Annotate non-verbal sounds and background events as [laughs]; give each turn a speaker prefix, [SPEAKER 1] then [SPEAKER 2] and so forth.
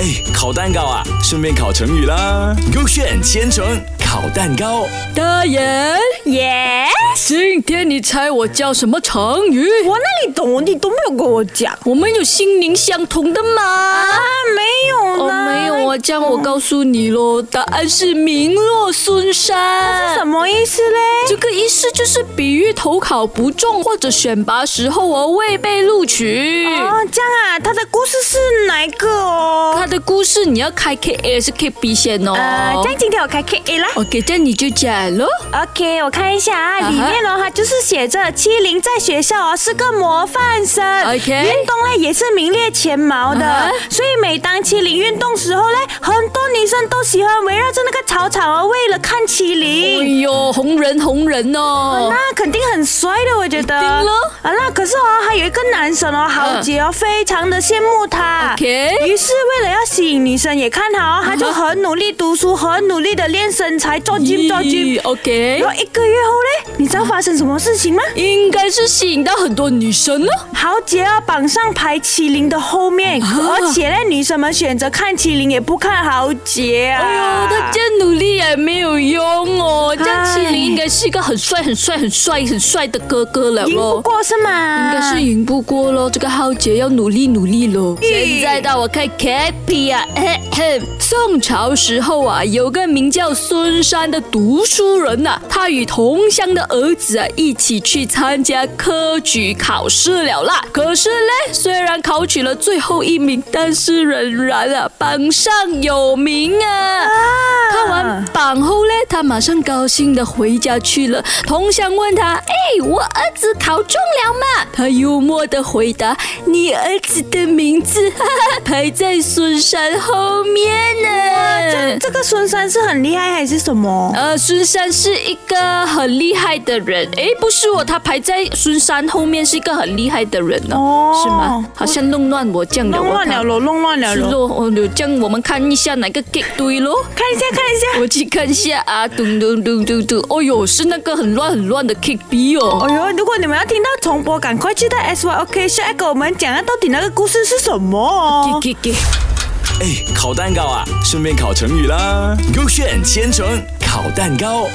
[SPEAKER 1] 哎，烤蛋糕啊，顺便烤成语啦。勾选千层烤蛋糕，
[SPEAKER 2] 大眼，
[SPEAKER 3] 耶
[SPEAKER 2] 今天你猜我叫什么成语？
[SPEAKER 3] 我那里懂，你都没有跟我讲
[SPEAKER 2] 我们有心灵相通的吗？
[SPEAKER 3] 啊，没有
[SPEAKER 2] 哦，
[SPEAKER 3] 呢，
[SPEAKER 2] 没有啊，这样我告诉你喽，答案是名落孙山。
[SPEAKER 3] 什么意思嘞？
[SPEAKER 2] 这个意思就是比喻投考不中或者选拔时候哦未被录取。
[SPEAKER 3] 哦，这样啊，他的故事是哪一个哦？
[SPEAKER 2] 他的故事你要开 K A 还是 K B 先哦？
[SPEAKER 3] 呃，这样今天我开 K A 啦。
[SPEAKER 2] OK，这样你就讲喽。
[SPEAKER 3] OK，我看一下
[SPEAKER 2] 啊哈
[SPEAKER 3] 啊，里面哦，它就是写着七零在学校哦是个模范生
[SPEAKER 2] OK
[SPEAKER 3] 运动呢也是名列前茅的
[SPEAKER 2] 啊哈
[SPEAKER 3] 所以每当七零运动时候呢，很多女生都喜欢围绕着那个操场哦，为了看七
[SPEAKER 2] 哎
[SPEAKER 3] 零。
[SPEAKER 2] 呦，红人红人哦，
[SPEAKER 3] 那肯定很帅的，我觉得。
[SPEAKER 2] 一定咯
[SPEAKER 3] 啊，那可是哦，还有一个男生哦，豪杰哦，非常的羡慕他。
[SPEAKER 2] 嗯 OK
[SPEAKER 3] 于是为了要吸引女生也看他哦，他就
[SPEAKER 2] 啊哈
[SPEAKER 3] 很努力读书，很努力的练身材，做 gym 做 gym。
[SPEAKER 2] 咦 OK
[SPEAKER 3] 然。后一个月后嘞，你知道发生什么事情吗？
[SPEAKER 2] 应该是吸引到很多女生了。
[SPEAKER 3] 豪杰啊，榜上排麒麟的后面，
[SPEAKER 2] 啊
[SPEAKER 3] 而且嘞，女生们选择看麒麟也不看豪杰啊。
[SPEAKER 2] 哎呦，他这样努力也没有用哦。这样
[SPEAKER 3] 唉
[SPEAKER 2] 麒麟应该是一个很帅、很帅、很帅、很帅的哥哥了
[SPEAKER 3] 赢不
[SPEAKER 2] 哦。
[SPEAKER 3] 过是吗？
[SPEAKER 2] 应该是赢不过咯，这个浩劫要努力努力咯。
[SPEAKER 3] 咦
[SPEAKER 2] 现在到我看 K P 啊，咳咳宋朝时候啊，有个名叫孙山的读书人呐、他与同乡的儿子啊一起去参加科举考试了啦。可是嘞，虽然考取了最后一名，但是仍然啊榜上有名啊。看完榜后嘞，他马上高兴的回家去了。同乡问他：“哎，我儿子考中了吗？”他幽默的回答：“你儿子的名字 [laughs] 哈哈排在孙山后面呢。”
[SPEAKER 3] 这个孙三是很厉害还是什么？
[SPEAKER 2] 呃，孙山是一个很厉害的人，诶，不是哦我，他排在孙山后面是一个很厉害的人哦，
[SPEAKER 3] 哦
[SPEAKER 2] 是吗？好像弄乱我这样的，
[SPEAKER 3] 弄
[SPEAKER 2] 我
[SPEAKER 3] 乱
[SPEAKER 2] 看
[SPEAKER 3] 了咯，弄乱了
[SPEAKER 2] 是
[SPEAKER 3] 咯。
[SPEAKER 2] 咯，哦，这样我们看一下哪个 g 对咯。
[SPEAKER 3] 看一下，看一下。
[SPEAKER 2] 我去看一下啊，咚咚咚咚咚，哦哟，是那个很乱很乱的 K B 哦。
[SPEAKER 3] 哎呦，如果你们要听到重播，赶快去到 S Y O K 下一个我们讲啊，到底那个故事是什么哦？
[SPEAKER 2] [laughs] 给给给，
[SPEAKER 1] 哎，烤蛋糕啊，顺便烤成语啦。勾选千层烤蛋糕。